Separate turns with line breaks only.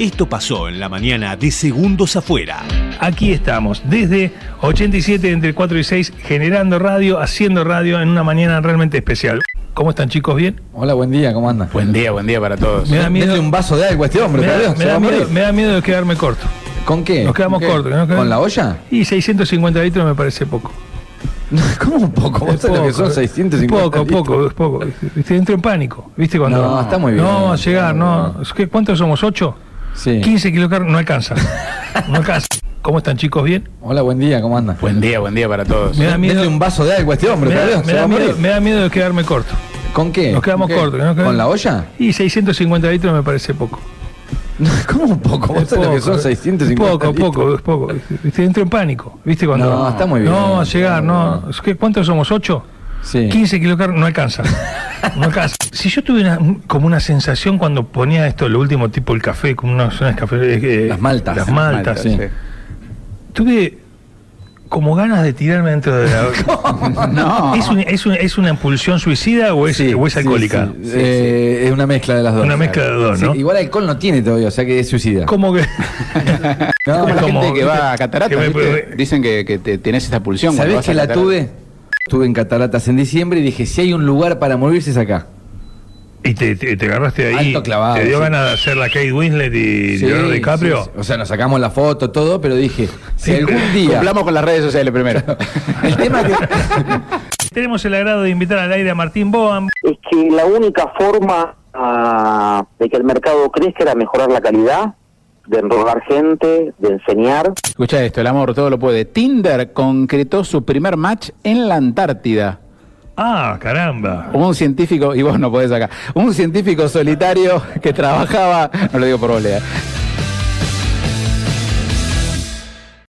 Esto pasó en la mañana de Segundos Afuera.
Aquí estamos, desde 87 entre 4 y 6, generando radio, haciendo radio en una mañana realmente especial. ¿Cómo están chicos? ¿Bien?
Hola, buen día, ¿cómo andan?
Buen día, buen día para todos.
Me da miedo-
Denle un vaso de agua a este hombre,
Me
por
da,
Dios,
me
se
da
va a
miedo,
morir.
me da miedo de quedarme corto.
¿Con qué?
Nos quedamos
¿Con qué?
cortos. nos quedamos-
¿Con la olla?
Y 650 litros me parece poco.
¿Cómo un poco? ¿Vos sabés lo que son 650
Poco,
litros?
poco, es poco. Viste, entro en pánico. ¿Viste cuando.?
No, está muy bien.
No, a llegar, no. ¿Qué- ¿Cuántos somos? ¿Ocho?
Sí.
15 kilos de carne, no alcanza. No alcanza. ¿Cómo están chicos? ¿Bien?
Hola, buen día, ¿cómo andan?
Buen día, buen día para todos.
Me da miedo.
Denle un vaso de agua a este hombre,
Me
por
da,
Dios,
me
se va
da
a
miedo, me
morir.
da miedo de quedarme corto.
¿Con qué?
Nos quedamos
¿Con qué?
cortos, nos quedamos-
¿Con la olla?
Y 650 litros me parece poco.
¿Cómo un poco? ¿Vos sabés lo que son 650
Poco,
litros?
poco, es poco. Viste, entro en pánico. ¿Viste cuando.?
No, está muy bien.
No, a llegar,
Está muy
no. ¿Qué- ¿Cuántos somos? ¿Ocho?
Sí.
15 kilos de carne, no alcanza. No alcanza. Si yo tuve una- un- como una sensación cuando ponía esto, lo último, tipo el café, como unas, unas café. eh,
Las maltas.
Las maltas.
sí.
Tuve como ganas de tirarme dentro de la.
No.
¿Es, un- es, un- ¿Es una impulsión suicida o es,
Sí,
o es
sí,
alcohólica?
sí, eh, Es una mezcla de las dos.
Una mezcla de las dos,
Sí,
¿no?
Igual alcohol no tiene todavía, o sea que es suicida.
Como que.
No,
Como la
como-
gente que va a cataratas,
que me-
¿viste? dicen que, que te- tenés esa pulsión. cuando
¿Sabés
vas a
que la
cataratas.
tuve? Estuve en cataratas en diciembre y dije, si hay un lugar para morirse es acá.
Y te, te, te agarraste ahí.
Alto clavado,
te dio
sí.
ganas de hacer la Kate Winslet y
Sí,
Leonardo DiCaprio.
sí, sí. O sea, nos sacamos la foto, todo, pero dije, si
Sí.
algún día.
Cumplamos con las redes sociales primero.
El tema que.
Tenemos el agrado de invitar al aire a Martín Boan.
es que la única forma ah, de que el mercado crezca era mejorar la calidad, de enrolar gente, de enseñar.
Escucha esto, el amor todo lo puede. Tinder concretó su primer match en la Antártida.
Ah, caramba.
Un científico, y vos no podés acá, un científico solitario que trabajaba, no lo digo por volea,